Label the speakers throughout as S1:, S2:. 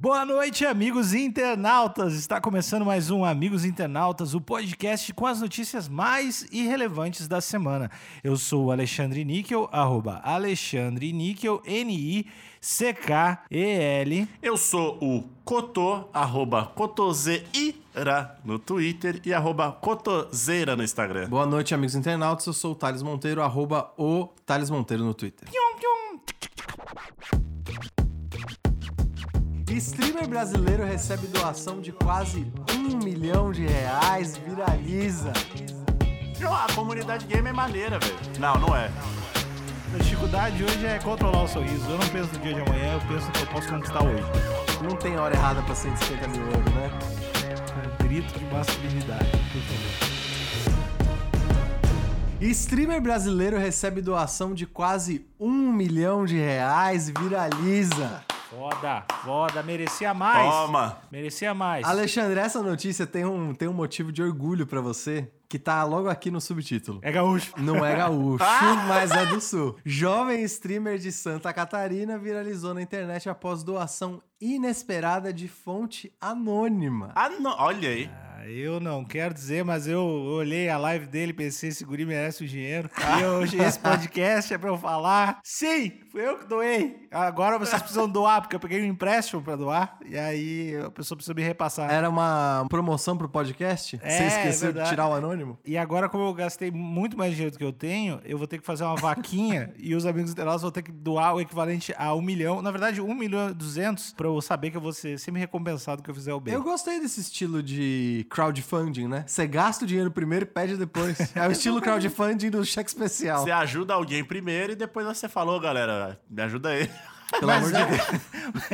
S1: Boa noite, amigos internautas! Está começando mais um Amigos Internautas, o podcast com as notícias mais irrelevantes da semana. Eu sou o Alexandre Níquel, arroba Alexandre Níquel, N-I-C-K-E-L.
S2: Eu sou o Cotô, arroba Cotozeira no Twitter e arroba Cotozeira no Instagram.
S3: Boa noite, amigos internautas. Eu sou o Thales Monteiro, arroba o Thales Monteiro no Twitter. Streamer brasileiro recebe doação de quase um milhão de reais, viraliza.
S2: Ah, a comunidade game é maneira, velho. Não, não é.
S1: A dificuldade hoje é controlar o sorriso. Eu não penso no dia de amanhã, eu penso no que eu posso conquistar hoje.
S3: Não tem hora errada pra 150 mil euros, né?
S1: Um grito de masculinidade, por favor.
S3: Streamer brasileiro recebe doação de quase um milhão de reais, viraliza.
S1: Foda, foda, merecia mais.
S2: Toma.
S1: Merecia mais.
S3: Alexandre, essa notícia tem um, tem um motivo de orgulho pra você, que tá logo aqui no subtítulo.
S1: É gaúcho.
S3: Não é gaúcho,
S1: Ah!
S3: mas é do sul. Jovem streamer de Santa Catarina viralizou na internet após doação inesperada de fonte anônima.
S2: Ah, não. Olha aí.
S1: Ah, Eu não quero dizer, mas eu olhei a live dele, pensei, esse guri merece o dinheiro. E hoje esse podcast é pra eu falar. Sim, fui eu que doei. Agora vocês precisam doar, porque eu peguei um empréstimo pra doar. E aí a pessoa precisa me repassar.
S3: Era uma promoção pro podcast?
S1: É,
S3: Você
S1: é
S3: esqueceu de
S1: verdade.
S3: tirar o anônimo?
S1: E agora, como eu gastei muito mais dinheiro do que eu tenho, eu vou ter que fazer uma vaquinha e os amigos internautas vão ter que doar o equivalente a um milhão. Na verdade, um milhão e duzentos pra eu saber que eu vou ser sempre recompensado que eu fizer o bem.
S3: Eu gostei desse estilo de crowdfunding, né? Você gasta o dinheiro primeiro e pede depois. É o estilo crowdfunding do cheque especial.
S2: Você ajuda alguém primeiro e depois você falou, galera, me ajuda aí.
S3: Pelo amor de Deus.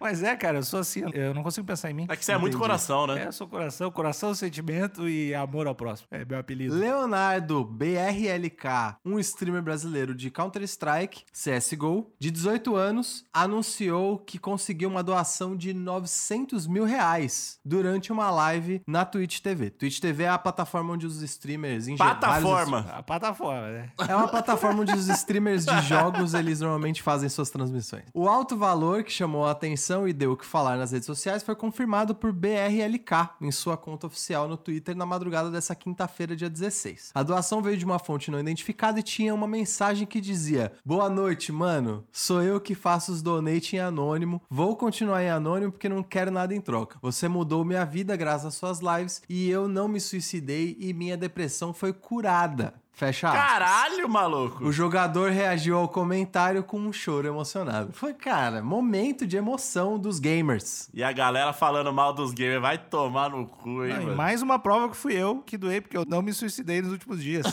S1: Mas é, cara, eu sou assim, eu não consigo pensar em mim.
S2: É que você é muito coração, né?
S1: É, eu sou coração, coração, sentimento e amor ao próximo. É meu apelido.
S3: Leonardo BRLK, um streamer brasileiro de Counter-Strike, CSGO, de 18 anos, anunciou que conseguiu uma doação de 900 mil reais durante uma live na Twitch TV. Twitch TV é a plataforma onde os streamers... em ge- vários
S2: Plataforma.
S1: A plataforma, né?
S3: é uma plataforma onde os streamers de jogos eles normalmente fazem suas transmissões. O alto valor que chamou a atenção e deu o que falar nas redes sociais foi confirmado por BRLK em sua conta oficial no Twitter na madrugada dessa quinta-feira, dia 16. A doação veio de uma fonte não identificada e tinha uma mensagem que dizia: Boa noite, mano. Sou eu que faço os donate em anônimo. Vou continuar em anônimo porque não quero nada em troca. Você mudou minha vida graças às suas lives e eu não me suicidei e minha depressão foi curada. Fecha
S2: Ah.
S3: aspas.
S2: Caralho, maluco.
S3: O jogador reagiu ao comentário com um choro emocionado. Foi, cara, momento de emoção dos gamers.
S2: E a galera falando mal dos gamers vai tomar no cu, hein,
S1: Não, e
S2: mano.
S1: mais uma prova que fui eu que doei, porque eu não me suicidei nos últimos dias.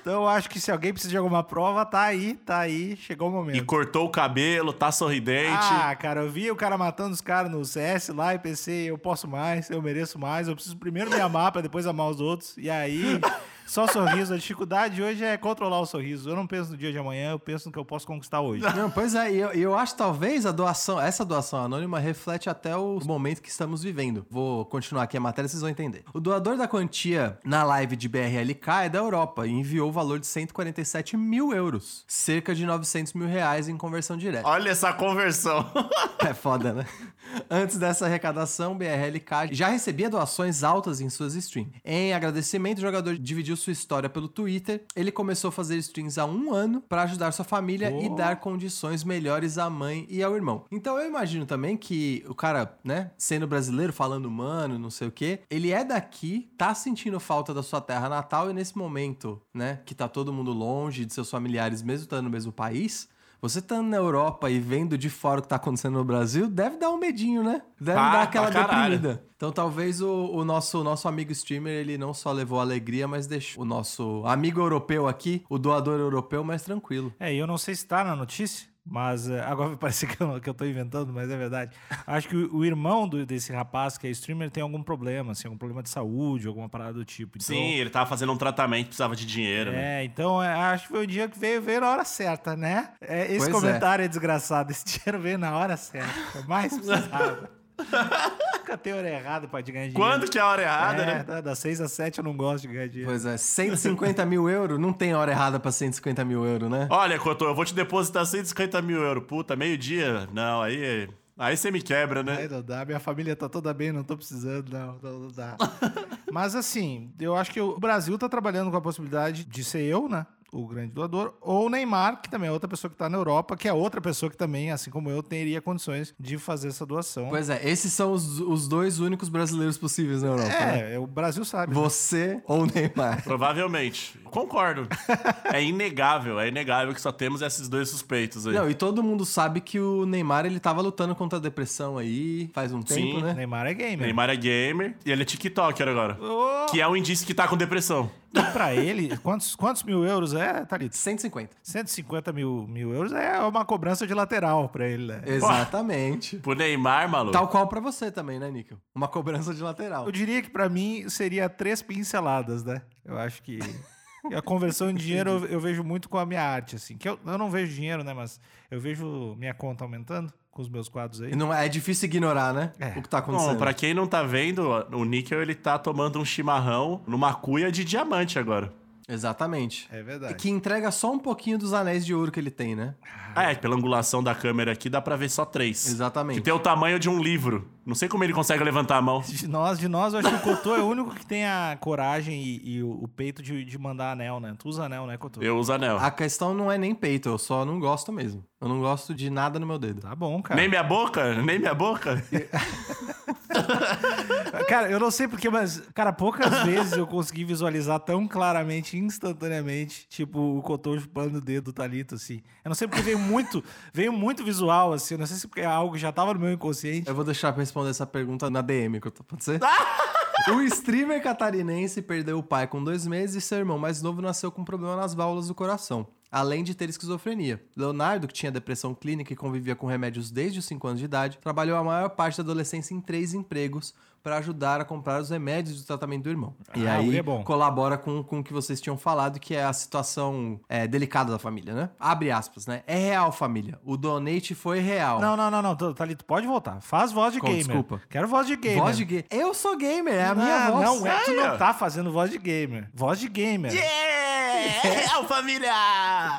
S1: então eu acho que se alguém precisa de alguma prova, tá aí, tá aí, chegou o
S2: E
S1: momento.
S2: cortou o cabelo, tá sorridente.
S1: Ah, cara, eu vi o cara matando os caras no CS lá e pensei, eu posso mais, eu mereço mais, eu preciso primeiro me amar pra depois amar os outros. E aí, só sorriso. A dificuldade hoje é controlar o sorriso. Eu não penso no dia de amanhã, eu penso no que eu posso conquistar hoje.
S3: Não, pois é, e eu, e eu acho talvez a doação, essa doação anônima reflete até o momento que estamos vivendo. Vou continuar aqui a matéria, vocês vão entender. O doador da quantia na live de BRLK é da Europa e enviou o valor de 147 mil euros, cerca de 900 mil reais em conversão direta.
S2: Olha essa conversão.
S3: É foda, né? Antes dessa arrecadação, BRLK já recebia doações altas em suas streams. Em agradecimento, o jogador dividiu sua história pelo Twitter. Ele começou a fazer streams há um ano pra ajudar sua família e dar condições melhores à mãe e ao irmão. Então eu imagino também que o cara, né, sendo brasileiro, falando humano, não sei o quê, ele é daqui, tá sentindo falta da sua terra natal e nesse momento, né, que tá todo mundo longe de seus familiares, mesmo estando no mesmo país. Você tá na Europa e vendo de fora o que tá acontecendo no Brasil, deve dar um medinho, né? Deve
S2: Ah,
S3: dar aquela
S2: pra caralho.
S3: deprimida. Então talvez o, o nosso, o nosso amigo streamer, ele não só levou alegria, mas deixou o nosso amigo europeu aqui, o doador europeu, mais tranquilo.
S1: É, e eu não sei se tá na notícia, mas eh, agora vai parecer que eu, que eu tô inventando, mas é verdade. Acho que o, o irmão do- desse rapaz que é streamer tem algum problema, assim, algum problema de saúde, alguma parada do tipo. Então,
S2: Sim, ele tava fazendo um tratamento, precisava de dinheiro, né?
S1: É, então é, acho que foi o dia que veio, veio na hora certa, né? É, esse
S3: Pois é.
S1: comentário é. desgraçado, esse dinheiro veio na hora certa, mais precisava. nunca tem hora errada pra te ganhar dinheiro.
S2: Quando que é a hora errada,
S1: é,
S2: né?
S1: tá, das 6 às 7 eu não gosto de ganhar dinheiro.
S3: Pois é, 150 mil euros? Não tem hora errada pra 150 mil euros, né?
S2: Olha, Cotô, eu vou te depositar 150 mil euros. Puta, meio-dia? Não, aí. Aí você me quebra, né?
S1: Ai, não dá. Minha família tá toda bem, não tô precisando, não. Não, não dá. Mas assim, eu acho que o Brasil tá trabalhando com a possibilidade de ser eu, né? O grande doador, ou o Neymar, que também é outra pessoa que tá na Europa, que é outra pessoa que também, assim como eu, teria condições de fazer essa doação.
S3: Pois é, esses são os, os dois únicos brasileiros possíveis na Europa. né?
S1: é, o Brasil sabe. né?
S3: Você ou Neymar.
S2: Provavelmente. Concordo. é inegável, é inegável que só temos esses dois suspeitos aí.
S3: Não, e todo mundo sabe que o Neymar ele tava lutando contra a depressão aí faz um
S2: Sim,
S3: tempo, né?
S1: Neymar é gamer.
S2: Neymar é gamer e ele é TikToker agora. Que é um indício que tá com depressão.
S1: E pra ele, quantos, quantos mil euros é, Thalita?
S3: 150.
S1: 150 mil, mil euros é uma cobrança de lateral pra ele, né?
S3: Exatamente.
S2: Pro Neymar, maluco.
S3: Tal qual pra você também, né, Níquel? Uma cobrança de lateral.
S1: Eu diria que pra mim seria três pinceladas, né? Eu acho que. e a conversão em dinheiro eu, eu vejo muito com a minha arte, assim. Que eu, eu não vejo dinheiro, né? Mas eu vejo minha conta aumentando com os meus quadros aí.
S3: E não, é difícil ignorar, né? O que tá
S2: Bom,
S3: acontecendo.
S2: pra quem não tá vendo, o Níquel ele tá tomando um chimarrão numa cuia de diamante agora.
S3: Exatamente.
S1: É verdade.
S3: E que entrega só um pouquinho dos anéis de ouro que ele tem, né?
S2: Ah, é, pela angulação da câmera aqui dá pra ver só três.
S3: Exatamente.
S2: Que tem o tamanho de um livro. Não sei como ele consegue levantar a mão.
S1: De nós, de nós, eu acho que o Cotô é o único que tem a coragem e, e o, o peito de, de mandar anel, né? Tu usa anel, né, Cotô?
S2: Eu uso anel.
S3: A questão não é nem peito, eu só não gosto mesmo. Eu não gosto de nada no meu dedo.
S1: Tá bom, cara.
S2: Nem minha boca? Nem minha boca?
S1: Cara, eu não sei porquê, mas, cara, poucas vezes eu consegui visualizar tão claramente, instantaneamente, tipo, o Cotô chupando o dedo do Thalito, assim. Eu não sei porque veio muito, veio muito visual, assim. Eu não sei se porque é algo que já tava no meu inconsciente.
S3: Eu vou deixar pra responder essa pergunta na DM, que eu tô- pode ser? O streamer catarinense perdeu o pai com dois meses e seu irmão mais novo nasceu com um problema nas válvulas do coração, além de ter esquizofrenia. Leonardo, que tinha depressão clínica e convivia com remédios desde os 5 anos de idade, trabalhou a maior parte da adolescência em três empregos para ajudar a comprar os remédios do tratamento do irmão. E
S1: Ah,
S3: aí
S1: é bom.
S3: colabora com, com o que vocês tinham falado, que é a situação é, delicada da família, né? Abre aspas, né? É real, família. O donate foi real.
S1: Não, não, não, não, Tô- Thalito, pode voltar. Faz voz de
S3: Com-
S1: gamer.
S3: desculpa.
S1: Quero voz de gamer.
S3: Voz de gamer. Eu sou gamer, é a minha
S1: Ah,
S3: voz.
S1: Não, é, tu
S2: Sério?
S1: não tá fazendo voz de gamer. Voz de gamer.
S2: Yeah! É o família!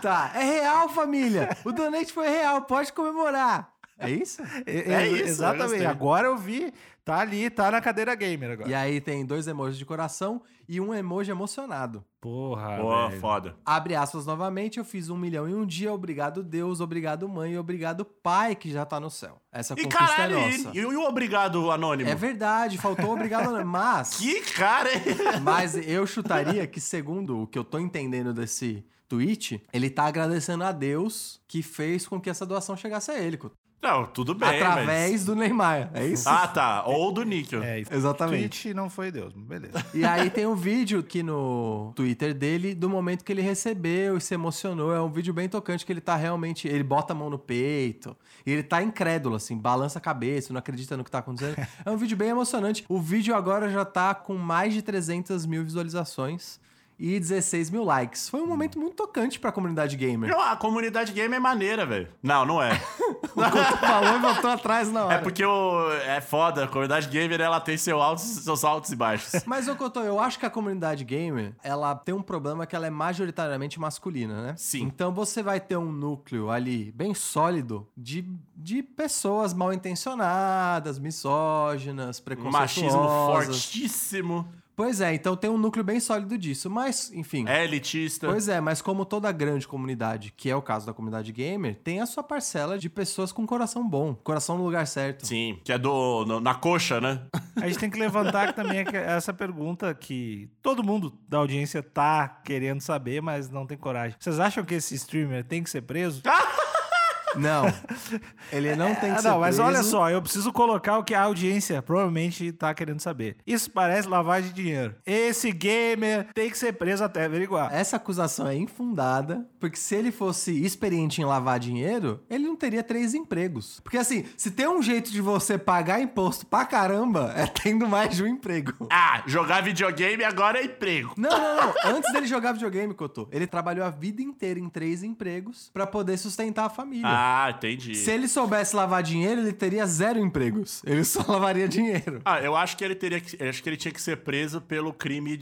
S3: Tá, é real, família. O donate foi real, pode comemorar. É isso?
S1: É,
S2: É
S1: é-
S2: isso, eu
S1: Exatamente.
S2: gostei.
S1: Agora eu vi, tá ali, tá na cadeira gamer agora.
S3: E aí tem dois emojis de coração e um emoji emocionado.
S1: Porra,
S2: Pô,
S1: velho.
S2: foda.
S3: Abre aspas novamente, eu fiz um milhão em um dia, obrigado Deus, obrigado mãe, e obrigado pai que já tá no céu. Essa
S2: E
S3: conquista
S2: caralho,
S3: é
S2: e,
S3: nossa.
S2: e o obrigado anônimo?
S3: É verdade, faltou obrigado, mas...
S2: Que cara, hein?
S3: Mas eu chutaria que, segundo o que eu tô entendendo desse tweet, ele tá agradecendo a Deus que fez com que essa doação chegasse a ele. Couto.
S2: Não, tudo bem,
S3: através
S2: mas...
S3: do Neymar, é isso?
S2: Ah, tá. Ou do níquel.
S1: É, e
S3: Exatamente.
S1: Twitch não foi Deus, mas beleza.
S3: E aí tem um vídeo aqui no Twitter dele do momento que ele recebeu e se emocionou. É um vídeo bem tocante que ele tá realmente. Ele bota a mão no peito. E ele tá incrédulo, assim, balança a cabeça, não acredita no que tá acontecendo. É um vídeo bem emocionante. O vídeo agora já tá com mais de 300 mil visualizações e 16 mil likes. Foi um momento muito tocante pra comunidade gamer.
S2: Não, a comunidade game é maneira, velho. Não, não é.
S3: Tu falou e voltou atrás na hora.
S2: É porque o... é foda, a comunidade gamer ela tem seu altos, seus altos e baixos.
S3: Mas, ô Cotô, eu acho que a comunidade gamer, ela tem um problema que ela é majoritariamente masculina, né?
S2: Sim.
S3: Então você vai ter um núcleo ali bem sólido de, de pessoas mal intencionadas, misóginas,
S2: Um
S3: preconceituosas.
S2: machismo fortíssimo,
S3: Pois é, então tem um núcleo bem sólido disso. Mas, enfim...
S2: é elitista.
S3: Pois é, mas como toda grande comunidade, que é o caso da comunidade gamer, tem a sua parcela de pessoas com coração bom, coração no lugar certo.
S2: Sim, que é do no- na coxa, né?
S1: A gente tem que levantar também aqu- essa pergunta que todo mundo da audiência tá querendo saber, mas não tem coragem. Vocês acham que esse streamer tem que ser preso?
S2: Ah,
S3: Não. Ele não tem
S2: É,
S3: que
S1: Ah,
S3: ser
S1: não, mas
S3: preso.
S1: olha só, eu preciso colocar o que a audiência provavelmente tá querendo saber. Isso parece lavagem de dinheiro. Esse gamer tem que ser preso até averiguar.
S3: Essa acusação é infundada, porque se ele fosse experiente em lavar dinheiro, ele não teria três empregos. Porque assim, se tem um jeito de você pagar imposto pra caramba, é tendo mais de um emprego.
S2: Ah, jogar videogame agora é emprego.
S3: Não, não, não. Antes dele jogar videogame, Cotô, ele trabalhou a vida inteira em três empregos pra poder sustentar a família.
S2: Ah, entendi.
S3: Se ele soubesse lavar dinheiro, ele teria zero empregos. Ele só lavaria dinheiro.
S2: Ah, eu acho que ele teria que, eu acho que ele tinha que ser preso pelo crime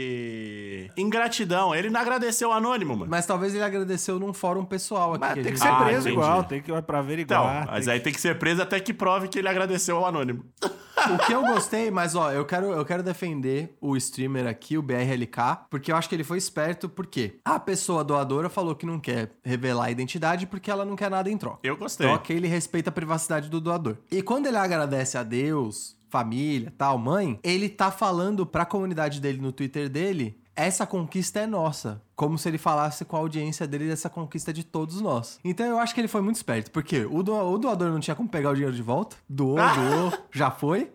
S2: de ingratidão. Ele não agradeceu o anônimo, mano.
S3: Mas talvez ele agradeceu num fórum pessoal aqui.
S1: Mas
S3: a
S1: tem que
S3: gente-
S1: ser
S2: Ah,
S1: preso
S2: entendi.
S1: igual, tem que pra
S2: Então,
S3: Ah,
S1: averiguar.
S2: mas
S1: tem
S2: aí tem que ser preso até que prove que ele agradeceu ao anônimo.
S3: O que eu gostei, mas ó, eu quero, eu quero defender o streamer aqui, o BRLK, porque eu acho que ele foi esperto, porque a pessoa doadora falou que não quer revelar a identidade porque ela não quer nada em troca.
S2: Eu gostei.
S3: Então, ok, ele respeita a privacidade do doador. E quando ele agradece a Deus, família, tal, mãe, ele tá falando pra comunidade dele no Twitter dele. Essa conquista é nossa. Como se ele falasse com a audiência dele dessa conquista de todos nós. Então eu acho que ele foi muito esperto, porque o, doa- o doador não tinha como pegar o dinheiro de volta. Doou, doou, já foi.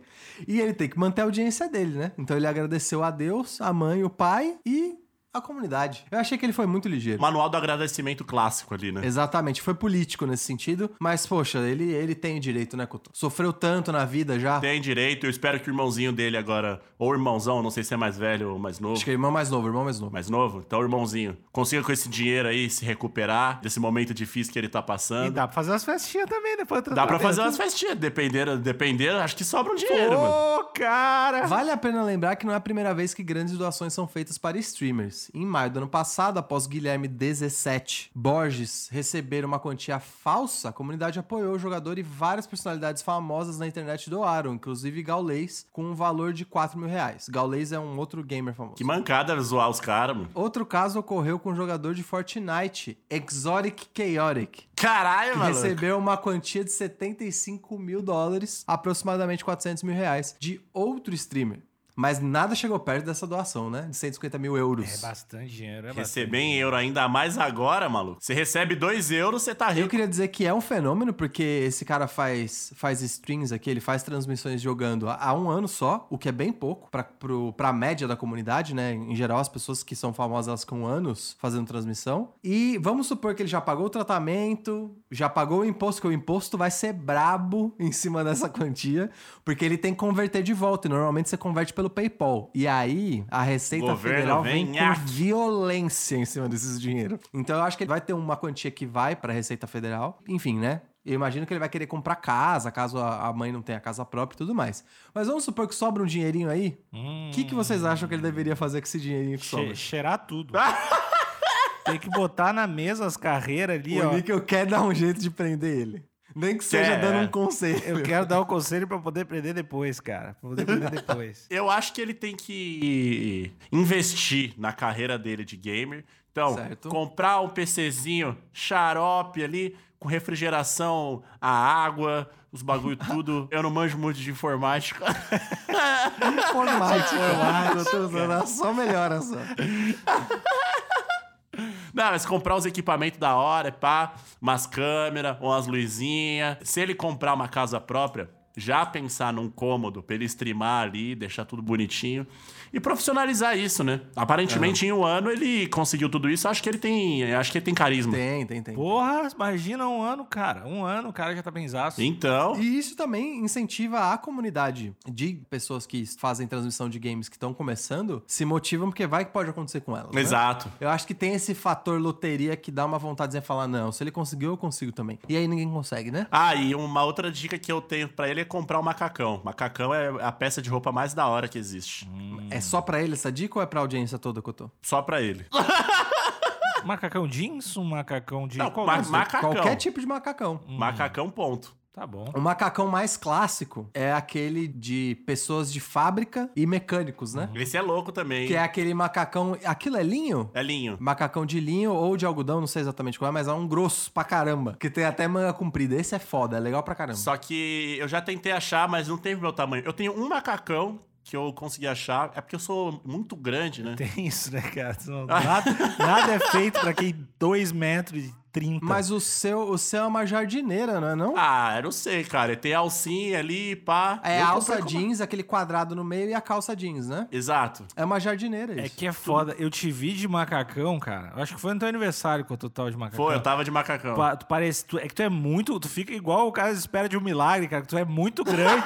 S3: E ele tem que manter a audiência dele, né? Então ele agradeceu a Deus, a mãe, o pai e a comunidade. Eu achei que ele foi muito ligeiro.
S2: Manual do agradecimento clássico ali, né?
S3: Exatamente, foi político nesse sentido, mas poxa, ele, ele tem direito, né, Couto? Sofreu tanto na vida já.
S2: Tem direito, eu espero que o irmãozinho dele agora, ou irmãozão, não sei se é mais velho ou mais novo.
S3: Acho que é irmão mais novo, irmão mais novo.
S2: Mais novo? Então, irmãozinho, consiga com esse dinheiro aí se recuperar desse momento difícil que ele tá
S1: que... E
S2: passando.
S1: dá pra fazer umas festinhas também, né?
S2: Dá
S3: Tá
S2: pra fazer umas festinhas, dependendo, dependendo, acho que sobra um dinheiro, mano.
S1: Ô, cara!
S3: Vale a pena lembrar que não é a primeira vez que grandes doações são feitas para streamers. Em maio do ano passado, após Guilherme 17 Borges receber uma quantia falsa, a comunidade apoiou o jogador e várias personalidades famosas na internet doaram, inclusive Gaulês, com um valor de 4 mil reais. Gaulês é um outro gamer famoso.
S2: Que mancada zoar os caras, mano.
S3: Outro caso ocorreu com um jogador de Fortnite, Exotic Chaotic,
S2: Caralho,
S3: que
S2: mano.
S3: recebeu uma quantia de 75 mil dólares, aproximadamente 400 mil reais, de outro streamer. Mas nada chegou perto dessa doação, né? De 150 mil
S1: É
S3: euros.
S1: bastante dinheiro, é bastante.
S2: Receber em euro ainda mais agora, maluco. Você recebe 2 euros, você tá
S3: eu
S2: rico.
S3: queria dizer que é um fenômeno, porque esse cara faz, faz streams aqui, ele faz transmissões jogando há há um ano só, o que é bem pouco pra, pro, pra média da comunidade, né? Em geral, as pessoas que são famosas elas ficam anos fazendo transmissão. E vamos supor que ele já pagou o tratamento, já pagou o imposto, que o imposto vai ser brabo em cima dessa quantia, porque ele tem que converter de volta, e normalmente você converte pelo PayPal. E aí, a Receita
S2: Governo
S3: Federal vem,
S2: vem
S3: com
S2: aqui.
S3: violência em cima desses dinheiro. Então eu acho que ele vai ter uma quantia que vai pra Receita Federal. Enfim, né? Eu imagino que ele vai querer comprar casa, caso a a mãe não tenha casa própria e tudo mais. Mas vamos supor que sobra um dinheirinho aí. O
S1: Hum.
S3: que, que vocês acham que ele deveria fazer com esse dinheirinho que sobra?
S1: Che- cheirar tudo. Tem que botar na mesa as carreiras ali, ó.
S3: O Nickel quer dar um jeito de prender ele. Nem que seja
S2: Quer,
S3: dando
S2: é.
S3: um conselho.
S1: Eu quero dar o conselho pra poder prender depois, cara. Pra poder prender depois.
S2: Eu acho que ele tem que investir na carreira dele de gamer. Então,
S3: Certo.
S2: comprar um PCzinho xarope ali, com refrigeração a água, os bagulho tudo. Eu não manjo muito de informática.
S3: Informática. Tipo, "Ah, Eu tô usando, ela só melhora só.
S2: Não, mas comprar os equipamentos da hora, pá, umas câmeras, umas luzinhas. Se ele comprar uma casa própria, já pensar num cômodo pra ele streamar ali, deixar tudo bonitinho e profissionalizar isso, né?
S3: É.
S2: Aparentemente em um ano ele conseguiu tudo isso. Acho que ele tem, acho que ele tem carisma.
S3: Tem, tem, tem.
S1: Porra, imagina um ano, cara. Um ano o cara já tá benzaço.
S2: Então,
S3: E isso também incentiva a comunidade de pessoas que fazem transmissão de games que estão começando, se motivam porque vai que pode acontecer com elas. né?
S2: exato.
S3: Eu acho que tem esse fator loteria que dá uma vontade de falar, não, se ele conseguiu, eu consigo também. E aí ninguém consegue, né?
S2: Ah, e uma outra dica que eu tenho pra ele é comprar um macacão. Macacão é a peça de roupa mais da hora que existe.
S3: É só pra ele essa dica ou é pra audiência toda que eu tô?
S2: Só pra ele.
S1: Macacão jeans, um macacão de.
S2: Não,
S1: Qual
S2: ma-
S1: jeans?
S2: macacão.
S3: Qualquer tipo de macacão.
S2: Macacão ponto.
S1: Tá bom.
S3: O macacão mais clássico é aquele de pessoas de fábrica e mecânicos, né?
S2: Esse é louco também.
S3: Que é aquele macacão. Aquilo é linho?
S2: É linho.
S3: Macacão de linho ou de algodão, não sei exatamente qual é, mas é um grosso pra caramba. Que tem até manga comprida. Esse é foda, é legal pra caramba.
S2: Só que eu já tentei achar, mas não tem pro meu tamanho. Eu tenho um macacão que eu consegui achar. É porque eu sou muito grande, né?
S1: Tem isso, né, cara? Não- Nada, nada é feito pra quem 2 metros e 30.
S3: Mas o seu, o seu é uma jardineira, não é não?
S2: Ah, eu não sei, cara. Tem alcinha ali, pá.
S3: é
S2: Ah, Eu
S3: a alça
S2: comprei com-
S3: jeans, aquele quadrado no meio e a calça jeans, né?
S2: Exato.
S3: É uma jardineira
S1: É
S3: isso.
S1: que é foda. Eu te vi de macacão, cara. Eu acho que foi no teu aniversário que eu tô tal de macacão.
S2: Foi, eu tava de macacão.
S1: Pa- tu parece, tu- é que tu é muito. Tu fica igual o cara que espera de um milagre, cara. que Tu é muito grande.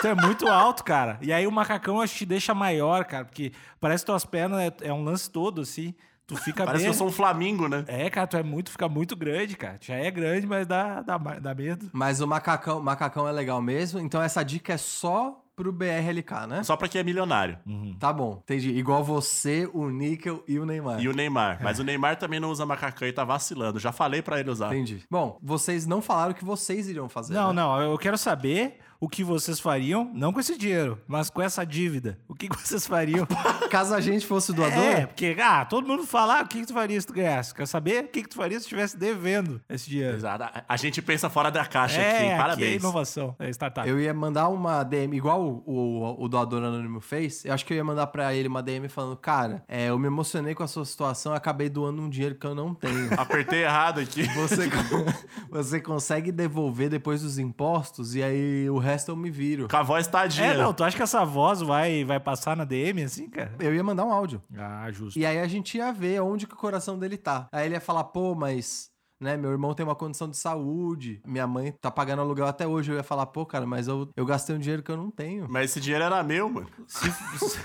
S1: tu é muito alto, cara. E aí o macacão acho que te deixa maior, cara. Porque parece que tuas pernas é, é um né, lance todo, assim. Tu fica
S2: Parece que
S1: bem.
S2: eu sou um flamingo, né?
S1: É, cara, tu é muito, fica muito grande, cara. Já é grande, mas dá, dá, ma- dá medo.
S3: Mas o macacão, macacão é legal mesmo, então essa dica é só pro BRLK, né?
S2: Só pra quem é milionário.
S3: Tá bom, entendi. Igual você, o Níquel e o Neymar.
S2: E o Neymar. Mas o Neymar também não usa macacão e tá vacilando. Já falei pra ele usar.
S3: Entendi. Bom, vocês não falaram o que vocês iriam fazer.
S1: Não,
S3: né?
S1: não, eu quero saber o que vocês fariam, não com esse dinheiro, mas com essa dívida. O que que vocês fariam?
S2: Tá
S3: Caso a gente fosse doador,
S1: É, porque, ah, todo mundo fala ah, o que, que tu faria se tu ganhasse. Quer saber o que, que tu faria se estivesse devendo esse dinheiro?
S2: Exato. A- A gente pensa fora da caixa aqui.
S1: É,
S2: hein?
S1: aqui é
S2: Parabéns.
S1: inovação, é startup.
S3: eu ia mandar uma DM, igual o, o, o doador anônimo fez. Eu acho que eu ia mandar pra ele uma DM falando: Cara, é, eu me emocionei com a sua situação, eu acabei doando um dinheiro que eu não tenho.
S2: Apertei errado aqui.
S3: Você, con- você consegue devolver depois dos impostos e aí o resto eu me viro.
S2: Com a voz tadinha.
S1: É, não, tu acha que essa voz vai, vai passar na DM assim, cara?
S3: Eu ia mandar um áudio.
S1: Ah, justo.
S3: E aí a gente ia ver onde que o coração dele tá. Aí ele ia falar, pô, mas. Né, meu irmão tem uma condição de saúde, minha mãe tá pagando aluguel até hoje. Eu ia falar, pô, cara, mas eu, eu gastei um dinheiro que eu não tenho.
S2: Mas esse dinheiro era meu, mano.
S1: Se, se,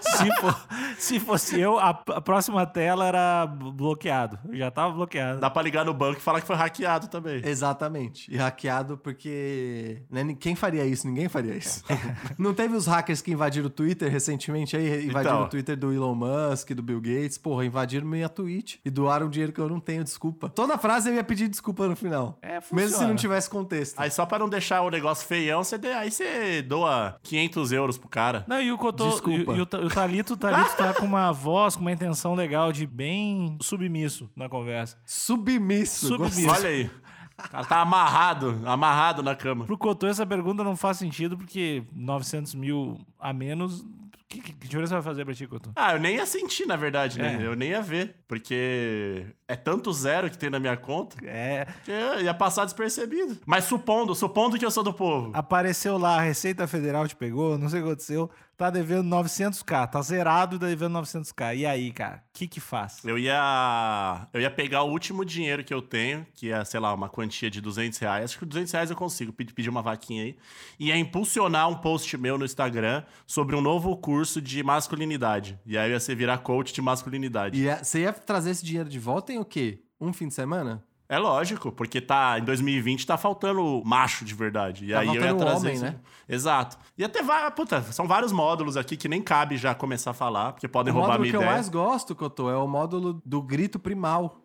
S1: se for- se fosse eu, a, a próxima tela era bloqueado. Eu já tava bloqueado.
S2: Dá pra ligar no banco e falar que foi hackeado também.
S3: Exatamente. E hackeado porque. né, ni- quem faria isso? Ninguém faria isso. não teve os hackers que invadiram o Twitter recentemente aí? Invadiram
S2: Então.
S3: o Twitter do Elon Musk, do Bill Gates. Porra, invadiram minha Twitch e doaram dinheiro que eu não tenho, desculpa. Toda frase eu ia pedir desculpa no final.
S1: É,
S3: Mesmo se
S1: funciona.
S3: não tivesse contexto.
S2: Aí só pra não deixar o negócio feião, você dê- aí você doa 500 euros pro cara.
S1: Não, e o Cotô,
S3: Desculpa.
S1: E, e o, Ta- o Thalito, o Thalito tá com uma voz, com uma intenção legal de bem submisso na conversa.
S3: Submisso.
S1: Submisso.
S3: gostei.
S2: Olha aí. O cara tá amarrado, amarrado na cama.
S1: Pro Cotô, essa pergunta não faz sentido, porque 900 mil a menos. Que, que, que diferença vai fazer pra ti, Cotô?
S2: Ah, eu nem ia sentir, na verdade, né?
S1: É.
S2: Eu nem ia ver. Porque é tanto zero que tem na minha conta
S1: É,
S2: que eu ia passar despercebido. Mas supondo, supondo que eu sou do povo.
S1: apareceu lá, a Receita Federal te pegou, não sei o que aconteceu, tá devendo 900k, tá zerado e tá devendo 900k. E aí, cara, o que que faz?
S2: Eu ia. Eu ia pegar o último dinheiro que eu tenho, que é, sei lá, uma quantia de 200 reais. Acho que 200 reais eu consigo pe- pedir uma vaquinha aí. E ia impulsionar um post meu no Instagram sobre um novo curso de masculinidade. E aí eu ia ser virar coach de masculinidade.
S3: E é- você ia trazer esse dinheiro de volta em o quê? Um fim de semana?
S2: É lógico, porque tá em 2020 tá faltando macho de verdade. E
S3: Tá
S2: aí eu ia
S3: faltando
S2: trazer
S3: homem,
S2: isso.
S3: né?
S2: Exato. E até vai, puta, são vários módulos aqui que nem cabe já começar a falar, porque podem
S3: O
S2: roubar a
S3: módulo
S2: minha
S3: que
S2: ideia.
S3: eu mais gosto, Cotô, é o módulo do grito primal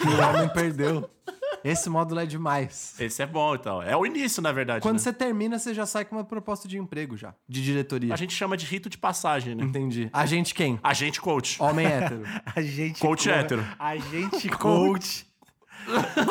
S3: que o homem perdeu. Esse módulo é demais.
S2: Esse é bom, então. É o início, na verdade.
S3: Quando
S2: né?
S3: você termina, você já sai com uma proposta de emprego já, de diretoria.
S2: A gente chama de rito de passagem, né?
S3: Entendi. A gente quem?
S2: Agente coach.
S3: Homem hétero.
S1: A gente
S2: Coach hétero.
S1: A gente coach.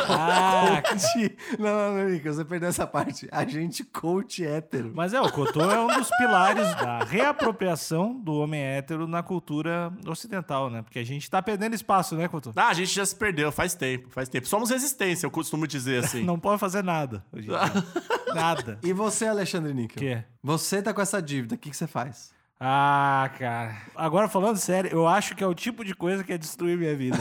S1: ah,
S3: Coach- não, não, não, Nico, você perdeu essa parte. A gente coach hétero.
S1: mas é, o Cotô é um dos pilares da reapropriação do homem hétero na cultura ocidental, né? Porque a gente tá perdendo espaço, né, Cotô?
S2: Ah, a gente já se perdeu, faz tempo, faz tempo. Somos resistência, eu costumo dizer assim.
S1: Não pode fazer nada. Hoje em dia. nada.
S3: E você, Alexandre Níquel?
S1: Quê?
S3: Você tá com essa dívida, o que, que você faz?
S1: Ah, cara. Agora falando sério, eu acho que é o tipo de coisa que é destruir minha vida.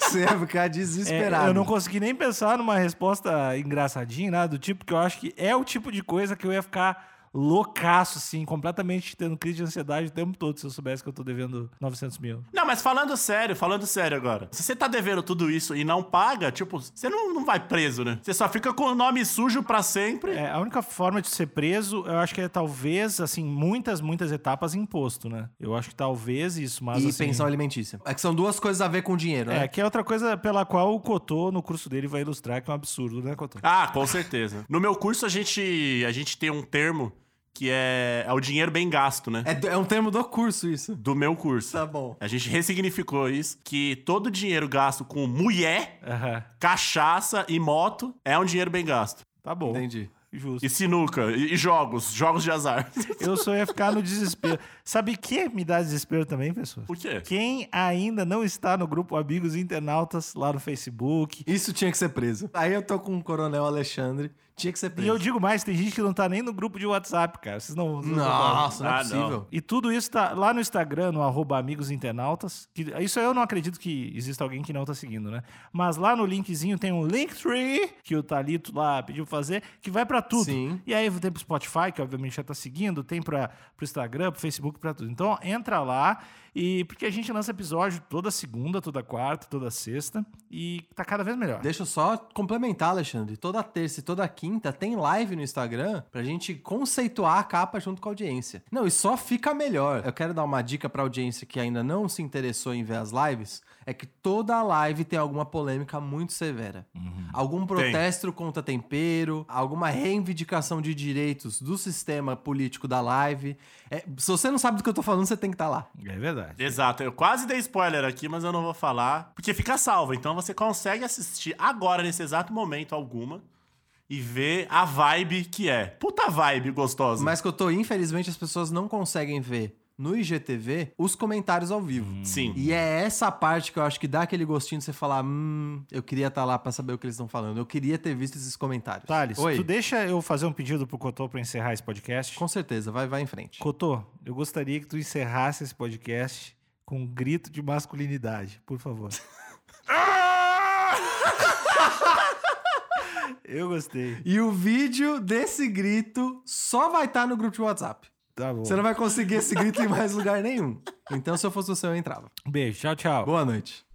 S3: Você ia ficar
S1: É,
S3: desesperado.
S1: eu não consegui nem pensar numa resposta engraçadinha, nada do tipo, que eu acho que é o tipo de coisa que eu ia ficar loucaço, assim, completamente tendo crise de ansiedade o tempo todo, se eu soubesse que eu tô devendo 900 mil.
S2: Não, mas falando sério, falando sério agora. Se você tá devendo tudo isso e não paga, tipo, você não, não vai preso, né? Você só fica com o nome sujo pra sempre.
S1: É, a única forma de ser preso, eu acho que é talvez, assim, muitas, muitas etapas imposto, né? Eu acho que talvez isso, mas
S3: e
S1: assim...
S3: pensão alimentícia. É que são duas coisas a ver com dinheiro, né?
S1: É, que é outra coisa pela qual o Cotô, no curso dele, vai ilustrar que é um absurdo, né, Cotô?
S2: Ah, com certeza. No meu curso, a gente, a gente tem um termo que é, é o dinheiro bem gasto, né?
S3: É, do- é um termo do curso isso.
S2: Do meu curso.
S3: Tá bom.
S2: A gente ressignificou isso, que todo dinheiro gasto com mulher,
S1: Aham.
S2: cachaça e moto é um dinheiro bem gasto.
S1: Tá bom,
S3: Entendi.
S1: justo.
S2: E sinuca, e, e jogos, jogos de azar.
S1: Eu só ia ficar no desespero. Sabe o que me dá desespero também, pessoal?
S2: Por quê?
S1: Quem ainda não está no grupo Amigos Internautas lá no Facebook.
S3: Isso tinha que ser preso. Aí eu tô com o coronel Alexandre, tinha que ser
S1: E
S3: preso.
S1: eu digo mais, tem gente que não tá nem no grupo de WhatsApp, cara. Vocês não. vocês não sabem.
S3: Nossa, não é
S2: Ah,
S3: possível.
S2: não.
S1: E tudo isso tá lá no Instagram, no arroba Amigos Internautas. que- isso eu não acredito que exista alguém que não tá seguindo, né? Mas lá no linkzinho tem um Linktree, que o Thalito lá pediu fazer, que vai pra tudo.
S3: Sim.
S1: E aí tem pro Spotify, que obviamente já tá seguindo, tem pra, pro Instagram, pro Facebook, pra tudo. Então entra lá E porque a gente lança episódio toda segunda, toda quarta, toda sexta e tá cada vez melhor.
S3: Deixa eu só complementar, Alexandre. Toda terça e toda quinta tem live no Instagram pra gente conceituar a capa junto com a audiência. Não, e só fica melhor. Eu quero dar uma dica pra audiência que ainda não se interessou em ver as lives. É que toda live tem alguma polêmica muito severa. Algum protesto contra tempero, alguma reivindicação de direitos do sistema político da live. É, se você não sabe do que eu tô falando, você tem que estar lá.
S1: É verdade.
S2: Exato, eu quase dei spoiler aqui, mas eu não vou falar, porque fica salvo. Então você consegue assistir agora, nesse exato momento, alguma, e ver a vibe que é. Puta vibe gostosa.
S3: Mas que eu tô, infelizmente, as pessoas não conseguem ver no IGTV os comentários ao vivo.
S2: Sim.
S3: E é essa parte que eu acho que dá aquele gostinho de você falar: hum, eu queria estar lá pra saber o que eles estão falando. Eu queria ter visto esses comentários.
S1: Thales,
S3: Oi.
S1: tu deixa eu fazer um pedido pro Cotô pra encerrar esse podcast?
S3: Com certeza, vai, vai em frente.
S1: Cotô, eu gostaria que tu encerrasse esse podcast com um grito de masculinidade, por favor. eu gostei.
S3: E o vídeo desse grito só vai estar no grupo de WhatsApp.
S1: Tá bom.
S3: Você
S1: Tá
S3: não vai conseguir esse grito em mais lugar nenhum. Então, se eu fosse você, eu entrava.
S1: Beijo, tchau, tchau.
S3: Boa noite.